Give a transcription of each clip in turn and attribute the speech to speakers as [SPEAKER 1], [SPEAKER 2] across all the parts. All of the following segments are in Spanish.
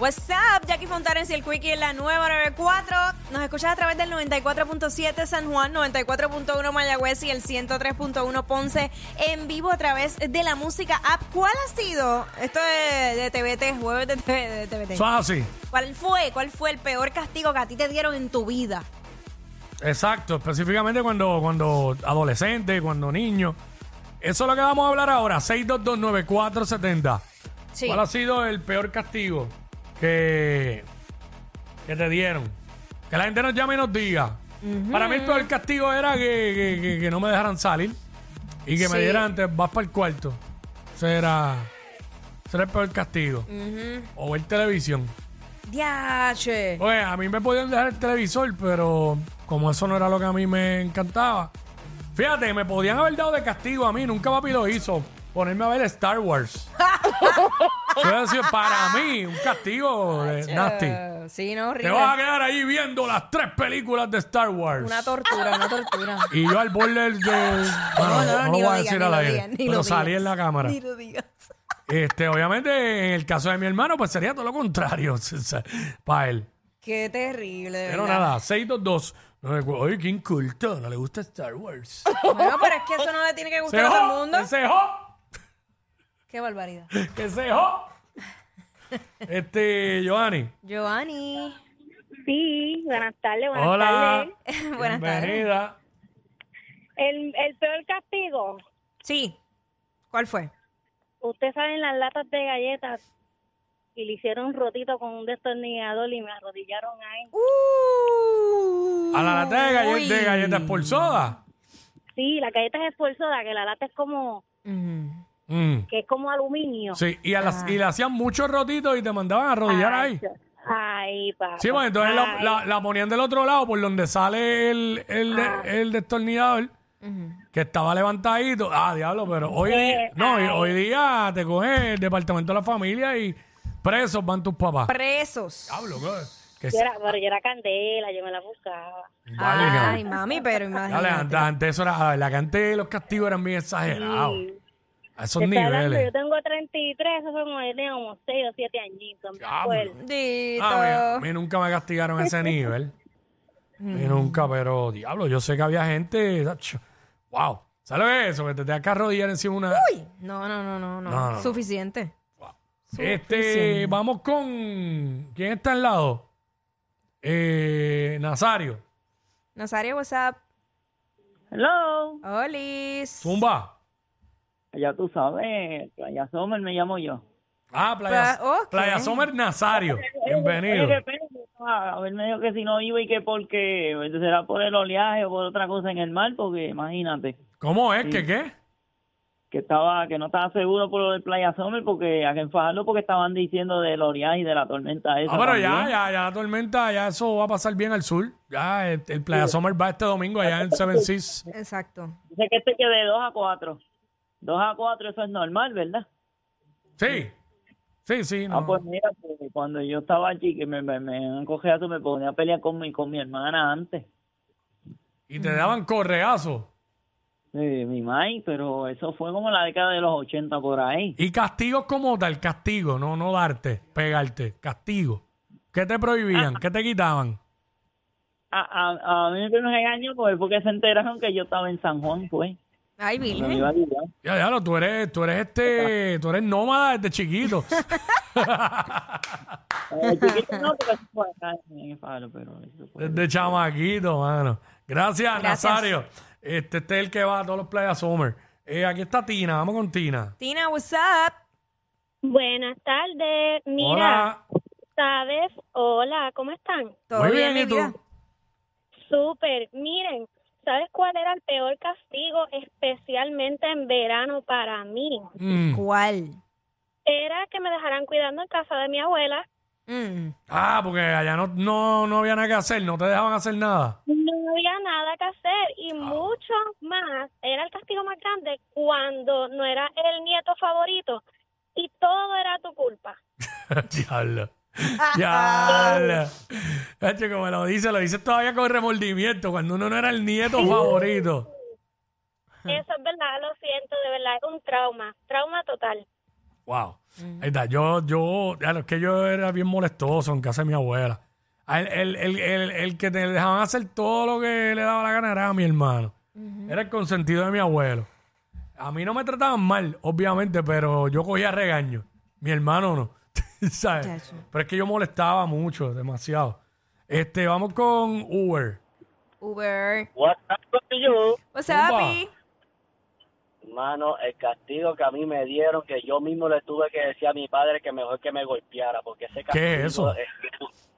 [SPEAKER 1] What's up, Jackie Fontanes y el Quickie en la nueva 94. Nos escuchas a través del 94.7 San Juan, 94.1 Mayagüez y el 103.1 Ponce en vivo a través de la música app. ¿Cuál ha sido esto de, de TVT, jueves de, TV, de TVT?
[SPEAKER 2] Eso es así.
[SPEAKER 1] ¿Cuál fue? ¿Cuál fue el peor castigo que a ti te dieron en tu vida?
[SPEAKER 2] Exacto, específicamente cuando, cuando adolescente, cuando niño. Eso es lo que vamos a hablar ahora, 6229470.
[SPEAKER 1] Sí.
[SPEAKER 2] ¿Cuál ha sido el peor castigo que, que te dieron? Que la gente nos llame y nos diga. Para mí el peor castigo era que, que- que- que no me dejaran salir y que me
[SPEAKER 1] Sí.
[SPEAKER 2] dieran, te vas para el cuarto. Ese era, ese era el peor castigo. O ver televisión.
[SPEAKER 1] Diache.
[SPEAKER 2] Oye, Pues, a mí me podían dejar el televisor, pero como eso no era lo que a mí me encantaba. Fíjate, me podían haber dado de castigo a mí, nunca papi lo hizo, ponerme a ver Star Wars. Eso hubiera sido para mí un castigo eh, nasty.
[SPEAKER 1] Eh, Sí, no,
[SPEAKER 2] Te
[SPEAKER 1] horrible.
[SPEAKER 2] vas a quedar ahí viendo las tres películas de Star Wars.
[SPEAKER 1] Una tortura, una tortura.
[SPEAKER 2] y yo al borde del... del- bueno, no, lo
[SPEAKER 1] ni
[SPEAKER 2] voy a
[SPEAKER 1] digas,
[SPEAKER 2] decir
[SPEAKER 1] ni
[SPEAKER 2] al
[SPEAKER 1] lo
[SPEAKER 2] aire,
[SPEAKER 1] digas, ni lo
[SPEAKER 2] pero salí
[SPEAKER 1] digas.
[SPEAKER 2] en la cámara.
[SPEAKER 1] Ni lo digas.
[SPEAKER 2] Este, obviamente, en el caso de mi hermano, pues sería todo lo contrario para él.
[SPEAKER 1] Qué terrible. de
[SPEAKER 2] Pero
[SPEAKER 1] verdad.
[SPEAKER 2] nada, 622. No le cu- Oye, qué inculto, no le gusta Star Wars.
[SPEAKER 1] Bueno, pero es que eso no le tiene que
[SPEAKER 2] ¡Se
[SPEAKER 1] gustar a todo el
[SPEAKER 2] jo!
[SPEAKER 1] mundo.
[SPEAKER 2] ¡Que se jo!
[SPEAKER 1] Qué barbaridad.
[SPEAKER 2] ¡Que se jo! Este, Giovanni.
[SPEAKER 1] Giovanni.
[SPEAKER 3] Sí, buenas tardes, buenas
[SPEAKER 2] Hola.
[SPEAKER 3] tardes.
[SPEAKER 1] Buenas tardes.
[SPEAKER 2] Bienvenida.
[SPEAKER 3] El, el peor castigo,
[SPEAKER 1] Sí. ¿Cuál fue?
[SPEAKER 3] usted sabe en las latas de galletas y le hicieron un rotito con un destornillador y me arrodillaron ahí.
[SPEAKER 2] A
[SPEAKER 1] Uh.
[SPEAKER 2] la lata de, gallet- de galletas por soda.
[SPEAKER 3] Sí, la galleta es esforzada, que la lata es como,
[SPEAKER 1] Ujú.
[SPEAKER 2] Mm,
[SPEAKER 3] que es como aluminio.
[SPEAKER 2] Sí, y, a las- y le hacían muchos rotitos y te mandaban a arrodillar ahí.
[SPEAKER 3] Ay, papá.
[SPEAKER 2] Sí, bueno, entonces la,
[SPEAKER 3] Ay,
[SPEAKER 2] la- la ponían del otro lado por donde sale el, el,
[SPEAKER 3] Ah.
[SPEAKER 2] el destornillador. Que estaba levantadito. Ah, diablo, pero hoy
[SPEAKER 3] Eh,
[SPEAKER 2] día, no, y hoy día te coge el departamento de la familia y presos van tus papás.
[SPEAKER 1] Presos.
[SPEAKER 2] Diablo, bro, que
[SPEAKER 3] yo
[SPEAKER 2] se-
[SPEAKER 3] era, pero yo era candela, yo me la buscaba.
[SPEAKER 2] válgame.
[SPEAKER 1] Ay, mami, pero
[SPEAKER 2] Dale,
[SPEAKER 1] imagínate.
[SPEAKER 2] antes, antes eso era, la cantidad de los castigos eran bien exagerados. A esos
[SPEAKER 3] Te estoy hablando,
[SPEAKER 2] niveles.
[SPEAKER 3] yo tengo 33, eso fue como yo tenía como 6 o 7 añitos, me
[SPEAKER 2] Diablo.
[SPEAKER 3] acuerdo.
[SPEAKER 1] Dito.
[SPEAKER 2] Ah, mira, a mí nunca me castigaron a ese nivel. A mí nunca, pero diablo, yo sé que había gente. tacho, Wow. ¿Sabes eso? Que te tengas que arrodillar encima de una.
[SPEAKER 1] Uy, no, no, no, no, no.
[SPEAKER 2] No, no.
[SPEAKER 1] Suficiente.
[SPEAKER 2] Este, vamos con. ¿Quién está al lado? Eh, Nazario.
[SPEAKER 1] Nazario, WhatsApp.
[SPEAKER 4] Hello.
[SPEAKER 1] Olis.
[SPEAKER 2] Zumba.
[SPEAKER 4] Ya tú sabes, Playa Sommer me llamo yo.
[SPEAKER 2] Ah, Playa,
[SPEAKER 1] Pla- ok.
[SPEAKER 2] Playa Sommer Nazario. Bienvenido.
[SPEAKER 4] Oye, qué pena, pues, A ver, me dijo que si no iba y que porque pues, será por el oleaje o por otra cosa en el mar, porque imagínate
[SPEAKER 2] ¿Cómo es? ¿Qué qué?
[SPEAKER 4] que estaba que no estaba seguro por lo del Playa Sommer porque aquí en Fajardo porque estaban diciendo del oleaje y de la tormenta esa.
[SPEAKER 2] Ah, pero ya,
[SPEAKER 4] también.
[SPEAKER 2] ya, ya la tormenta, ya eso va a pasar bien al sur. Ya el, el Playa Sommer va este domingo allá en Seven Seas.
[SPEAKER 1] Exacto.
[SPEAKER 4] Dice que este que de 2 a 4. 2 a 4 eso es normal, ¿verdad?
[SPEAKER 2] Sí. Sí, sí.
[SPEAKER 4] Ah,
[SPEAKER 2] no.
[SPEAKER 4] pues mira, pues, cuando yo estaba allí que me, me, me cogía tú me ponía a pelear con mi, con mi hermana antes.
[SPEAKER 2] Y te daban correazo.
[SPEAKER 4] Eh, mi mai, pero eso fue como la década de los 80 por ahí.
[SPEAKER 2] Y castigos como tal, castigo, no, no darte, pegarte, castigo. ¿Qué te prohibían? ¿Qué te quitaban?
[SPEAKER 4] A, a, a mí me regañó pues, porque se enteraron que yo estaba en San Juan, pues.
[SPEAKER 1] Ay,
[SPEAKER 4] No me
[SPEAKER 1] Virgen.
[SPEAKER 4] iba a ayudar.
[SPEAKER 2] Ya, diablo, tú eres, tú eres este, tú eres nómada desde chiquito.
[SPEAKER 4] Eh, chiquito no, porque eso fue acá en el Faro, pero eso fue-
[SPEAKER 2] desde chamaquito, mano. Gracias,
[SPEAKER 1] Gracias.
[SPEAKER 2] Nazario. Este, este es el que va a todos los Playa Summer. Eh, aquí está Tina, vamos con Tina.
[SPEAKER 1] Tina, WhatsApp.
[SPEAKER 3] Buenas tardes, mira,
[SPEAKER 2] Hola.
[SPEAKER 3] ¿sabes? Hola, ¿cómo están?
[SPEAKER 1] Todo
[SPEAKER 2] Muy
[SPEAKER 1] bien,
[SPEAKER 2] bien, ¿y
[SPEAKER 1] mi
[SPEAKER 2] tú?
[SPEAKER 1] vida.
[SPEAKER 3] Súper, miren, ¿sabes cuál era el peor castigo especialmente en verano para mí?
[SPEAKER 2] Mm.
[SPEAKER 1] ¿Cuál?
[SPEAKER 3] Era que me dejaran cuidando en casa de mi abuela.
[SPEAKER 1] Mm.
[SPEAKER 2] Ah, porque allá no, no, no había nada que hacer, no te dejaban hacer nada.
[SPEAKER 3] No había nada que hacer y mucho más. Era el castigo más grande cuando no era el nieto favorito y todo era tu culpa.
[SPEAKER 2] Diablo. Diablo. Hacho, como lo dice, lo dice todavía con remordimiento, cuando uno no era el nieto favorito.
[SPEAKER 3] Eso es verdad, lo siento, de verdad, es un trauma, trauma total.
[SPEAKER 2] Wow. Ahí está. Yo, yo, ya lo- es que yo era bien molestoso en casa de mi abuela. A él- El, el- el- el que te dejaban hacer todo lo que le daba la gana era mi hermano. Era el consentido de mi abuelo. A mí no me trataban mal, obviamente, pero yo cogía regaño. Mi hermano no. ¿Sabes?
[SPEAKER 1] Chacho.
[SPEAKER 2] Pero es que yo molestaba mucho, demasiado. Este, vamos con Uber.
[SPEAKER 1] Uber.
[SPEAKER 5] What's up contigo?
[SPEAKER 1] What's up,
[SPEAKER 2] Zumba.
[SPEAKER 1] papi?
[SPEAKER 5] Mano, el castigo que a mí me dieron, que yo mismo le tuve que decir a mi padre que mejor que me golpeara, porque ese castigo...
[SPEAKER 2] ¿Qué es eso?
[SPEAKER 5] es-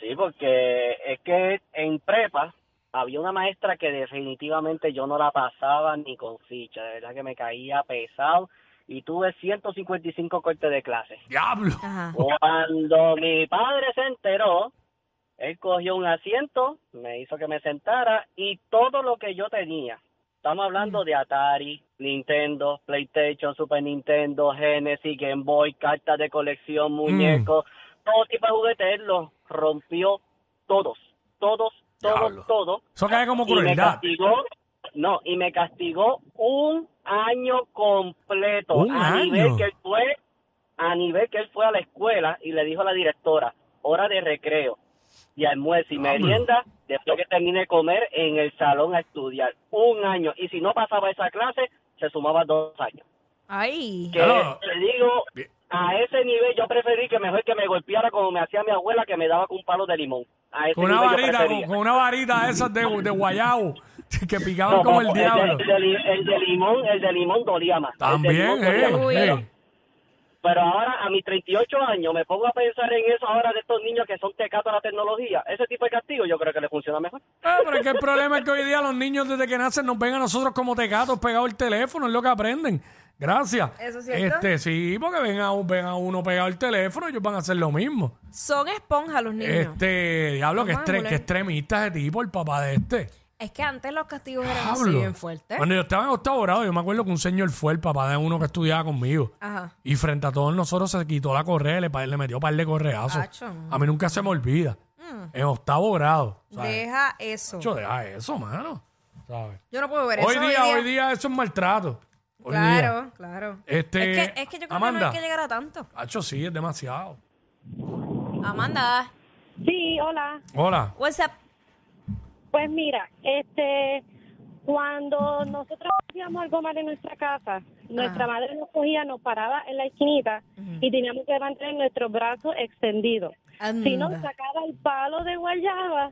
[SPEAKER 5] sí, porque es que en prepa había una maestra que definitivamente yo no la pasaba ni con ficha, de verdad que me caía pesado y tuve 155 cortes de clase.
[SPEAKER 2] ¡Diablo!
[SPEAKER 1] Ajá.
[SPEAKER 5] Cuando mi padre se enteró, él cogió un asiento, me hizo que me sentara y todo lo que yo tenía. Estamos hablando de Atari, Nintendo, PlayStation, Super Nintendo, Genesis, Game Boy, cartas de colección, muñecos, todo tipo de juguetes, él los rompió todos, todos,
[SPEAKER 2] Diablo.
[SPEAKER 5] todos, todos.
[SPEAKER 2] Eso cae como
[SPEAKER 5] Y me
[SPEAKER 2] crueldad.
[SPEAKER 5] castigó, no, y me castigó un año completo.
[SPEAKER 2] Un
[SPEAKER 5] a
[SPEAKER 2] año.
[SPEAKER 5] nivel que él fue, a nivel que él fue a la escuela y le dijo a la directora, hora de recreo y almuerzo y
[SPEAKER 2] Diablo.
[SPEAKER 5] merienda, después que termine de comer en el salón a estudiar. Un año. Y si no pasaba esa clase, se sumaba dos años.
[SPEAKER 1] Ay.
[SPEAKER 5] Que
[SPEAKER 2] Claro.
[SPEAKER 5] te digo,
[SPEAKER 2] Bien.
[SPEAKER 5] a ese nivel yo preferí que mejor que me golpeara como me hacía mi abuela que me daba con un palo de limón. A ese
[SPEAKER 2] Con una
[SPEAKER 5] nivel yo
[SPEAKER 2] varita, con,
[SPEAKER 5] prefería.
[SPEAKER 2] con una varita esas de, de guayabo que picaban
[SPEAKER 5] No,
[SPEAKER 2] como el
[SPEAKER 5] papo,
[SPEAKER 2] diablo.
[SPEAKER 5] de- el, de, el de limón, el de limón dolía más. El de
[SPEAKER 2] También,
[SPEAKER 5] limón dolía
[SPEAKER 2] eh,
[SPEAKER 5] más.
[SPEAKER 1] Uy.
[SPEAKER 2] eh.
[SPEAKER 5] Pero ahora, a mis 38 años, me pongo a pensar en eso ahora de estos niños que son tecatos a la tecnología. Ese tipo de castigo yo creo que le funciona mejor.
[SPEAKER 2] Ah, pero es que el problema es que hoy día los niños desde que nacen nos ven a nosotros como tecatos pegados al teléfono, es lo que aprenden. Gracias.
[SPEAKER 1] ¿Eso es cierto?
[SPEAKER 2] Este, sí, porque ven a, un- ven a uno pegado al teléfono, ellos van a hacer lo mismo.
[SPEAKER 1] Son esponjas los niños.
[SPEAKER 2] Este, diablo, que,
[SPEAKER 1] Vamos a
[SPEAKER 2] estre-
[SPEAKER 1] emular.
[SPEAKER 2] que extremista ese tipo, el papá de este.
[SPEAKER 1] Es que antes los castigos eran así
[SPEAKER 2] Diablo.
[SPEAKER 1] bien fuertes.
[SPEAKER 2] Cuando yo estaba en octavo grado, yo me acuerdo que un señor fue el papá de uno que estudiaba conmigo.
[SPEAKER 1] Ajá.
[SPEAKER 2] Y frente a todos nosotros se quitó la correa, le, pa- le metió par de correazos.
[SPEAKER 1] Acho.
[SPEAKER 2] A mí nunca se me olvida.
[SPEAKER 1] mm.
[SPEAKER 2] En octavo grado. ¿sabes?
[SPEAKER 1] Deja eso.
[SPEAKER 2] Acho, deja eso, mano. ¿Sabes?
[SPEAKER 1] Yo no puedo ver
[SPEAKER 2] Hoy
[SPEAKER 1] eso.
[SPEAKER 2] día, hoy día, eso es maltrato. Hoy día.
[SPEAKER 1] Claro, claro.
[SPEAKER 2] Este,
[SPEAKER 1] es, que, es que yo creo que
[SPEAKER 2] Amanda.
[SPEAKER 1] no hay que llegar a tanto.
[SPEAKER 2] Acho, sí, es demasiado.
[SPEAKER 1] Amanda,
[SPEAKER 3] Sí, hola.
[SPEAKER 2] Hola.
[SPEAKER 1] what's up?
[SPEAKER 3] Pues mira, este, cuando nosotros hacíamos algo mal en nuestra casa, nuestra madre nos cogía, nos paraba en la esquinita y teníamos que mantener nuestros brazos extendidos. Si no,
[SPEAKER 1] Anda.
[SPEAKER 3] sacaba el palo de guayaba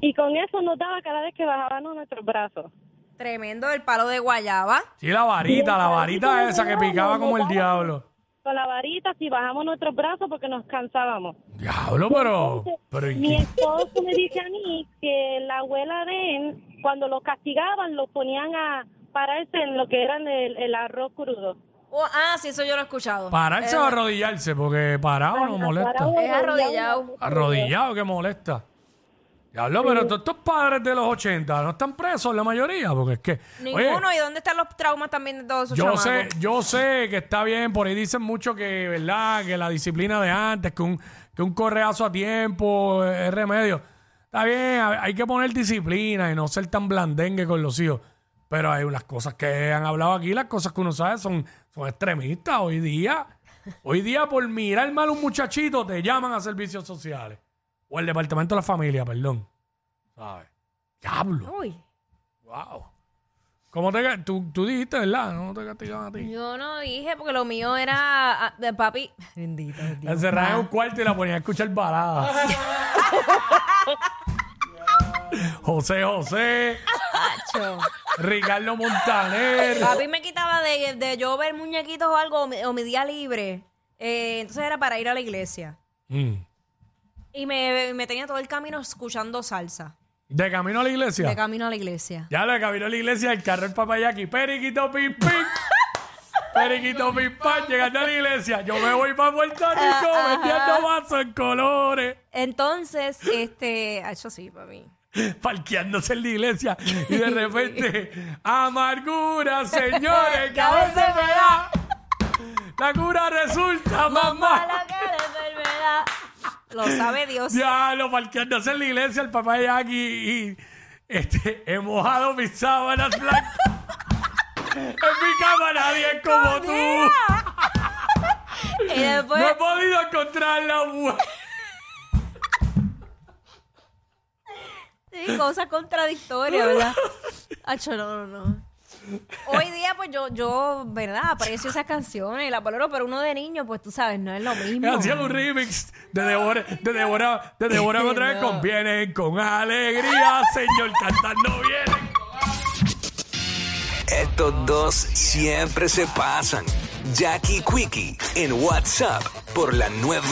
[SPEAKER 3] y con eso nos daba cada vez que bajábamos nuestros brazos.
[SPEAKER 1] Tremendo el palo de guayaba.
[SPEAKER 2] Sí, la varita, la varita esa que picaba como el diablo.
[SPEAKER 3] Con la varita, si bajamos nuestros brazos porque nos cansábamos.
[SPEAKER 2] Diablo, pero. pero ¿y qué?
[SPEAKER 3] Mi esposo me dice a mí que la abuela de él, cuando los castigaban, los ponían a pararse en lo que era el, el arroz crudo.
[SPEAKER 1] Oh, ah, sí, eso yo lo he escuchado.
[SPEAKER 2] Pararse
[SPEAKER 1] Eh,
[SPEAKER 2] o arrodillarse, porque parado no molesta.
[SPEAKER 3] Parado,
[SPEAKER 1] Es arrodillado.
[SPEAKER 2] Arrodillado que molesta. Diablo, pero todos estos padres de los 80 no están presos la mayoría, porque es que. oye,
[SPEAKER 1] Ninguno. ¿Y dónde están los traumas también de todos esos
[SPEAKER 2] Yo
[SPEAKER 1] chamacos?
[SPEAKER 2] sé, yo sé que está bien, por ahí dicen mucho que, ¿verdad? Que la disciplina de antes, que un, que un correazo a tiempo eh, es remedio. Está bien, a- hay que poner disciplina y no ser tan blandengue con los hijos. Pero hay unas cosas que han hablado aquí, las cosas que uno sabe son, son extremistas hoy día. Hoy día por mirar mal a un muchachito te llaman a servicios sociales. O al departamento de la familia, perdón. ¿Sabes? Diablo.
[SPEAKER 1] Uy,
[SPEAKER 2] Wow. ¿Cómo te ca- tú, tú dijiste, ¿verdad? No te castigaban a ti.
[SPEAKER 1] yo no dije porque lo mío era ah, de papi. Bendito.
[SPEAKER 2] La
[SPEAKER 1] Dios.
[SPEAKER 2] encerraba en un cuarto y la ponía a escuchar baladas. José José,
[SPEAKER 1] Nacho.
[SPEAKER 2] Ricardo Montaner.
[SPEAKER 1] Papi me quitaba de, de yo ver muñequitos o algo o mi, o mi día libre. Eh, entonces era para ir a la iglesia.
[SPEAKER 2] Mm.
[SPEAKER 1] Y me, me tenía todo el camino escuchando salsa.
[SPEAKER 2] De camino a la iglesia.
[SPEAKER 1] De camino a la iglesia.
[SPEAKER 2] ya lo de camino a la iglesia, el carro del papayaki. Periquito pim pim. Periquito pim pam. Llegando a la iglesia. Yo me voy para Puerto
[SPEAKER 1] Ah,
[SPEAKER 2] Rico vendiendo vasos en colores.
[SPEAKER 1] Entonces, este. ah, Eso sí, papi.
[SPEAKER 2] Parqueándose en la iglesia. Y de repente, amargura, señores, que a veces me da. La cura resulta más mala.
[SPEAKER 1] Mala que la enfermedad. Lo sabe Dios.
[SPEAKER 2] Ya, lo parqueándose en la iglesia, el papá de aquí y este, he mojado mis sábanas blancas. en mi cama nadie es como tú.
[SPEAKER 1] Mira. Y después,
[SPEAKER 2] No he podido encontrar la bu-
[SPEAKER 1] sí, cosas contradictorias, ¿verdad? Acho, no, no, no. Hoy día, pues yo, yo, ¿verdad? Aprecio esas canciones y las valoro, pero uno de niño, pues tú sabes, no es lo mismo.
[SPEAKER 2] Hacían un remix de Débora, de Débora, de Débora otra vez con Vienen con alegría, señor, cantando vienen.
[SPEAKER 6] Estos dos siempre se pasan. Jackie Quickie en WhatsApp por la nueva.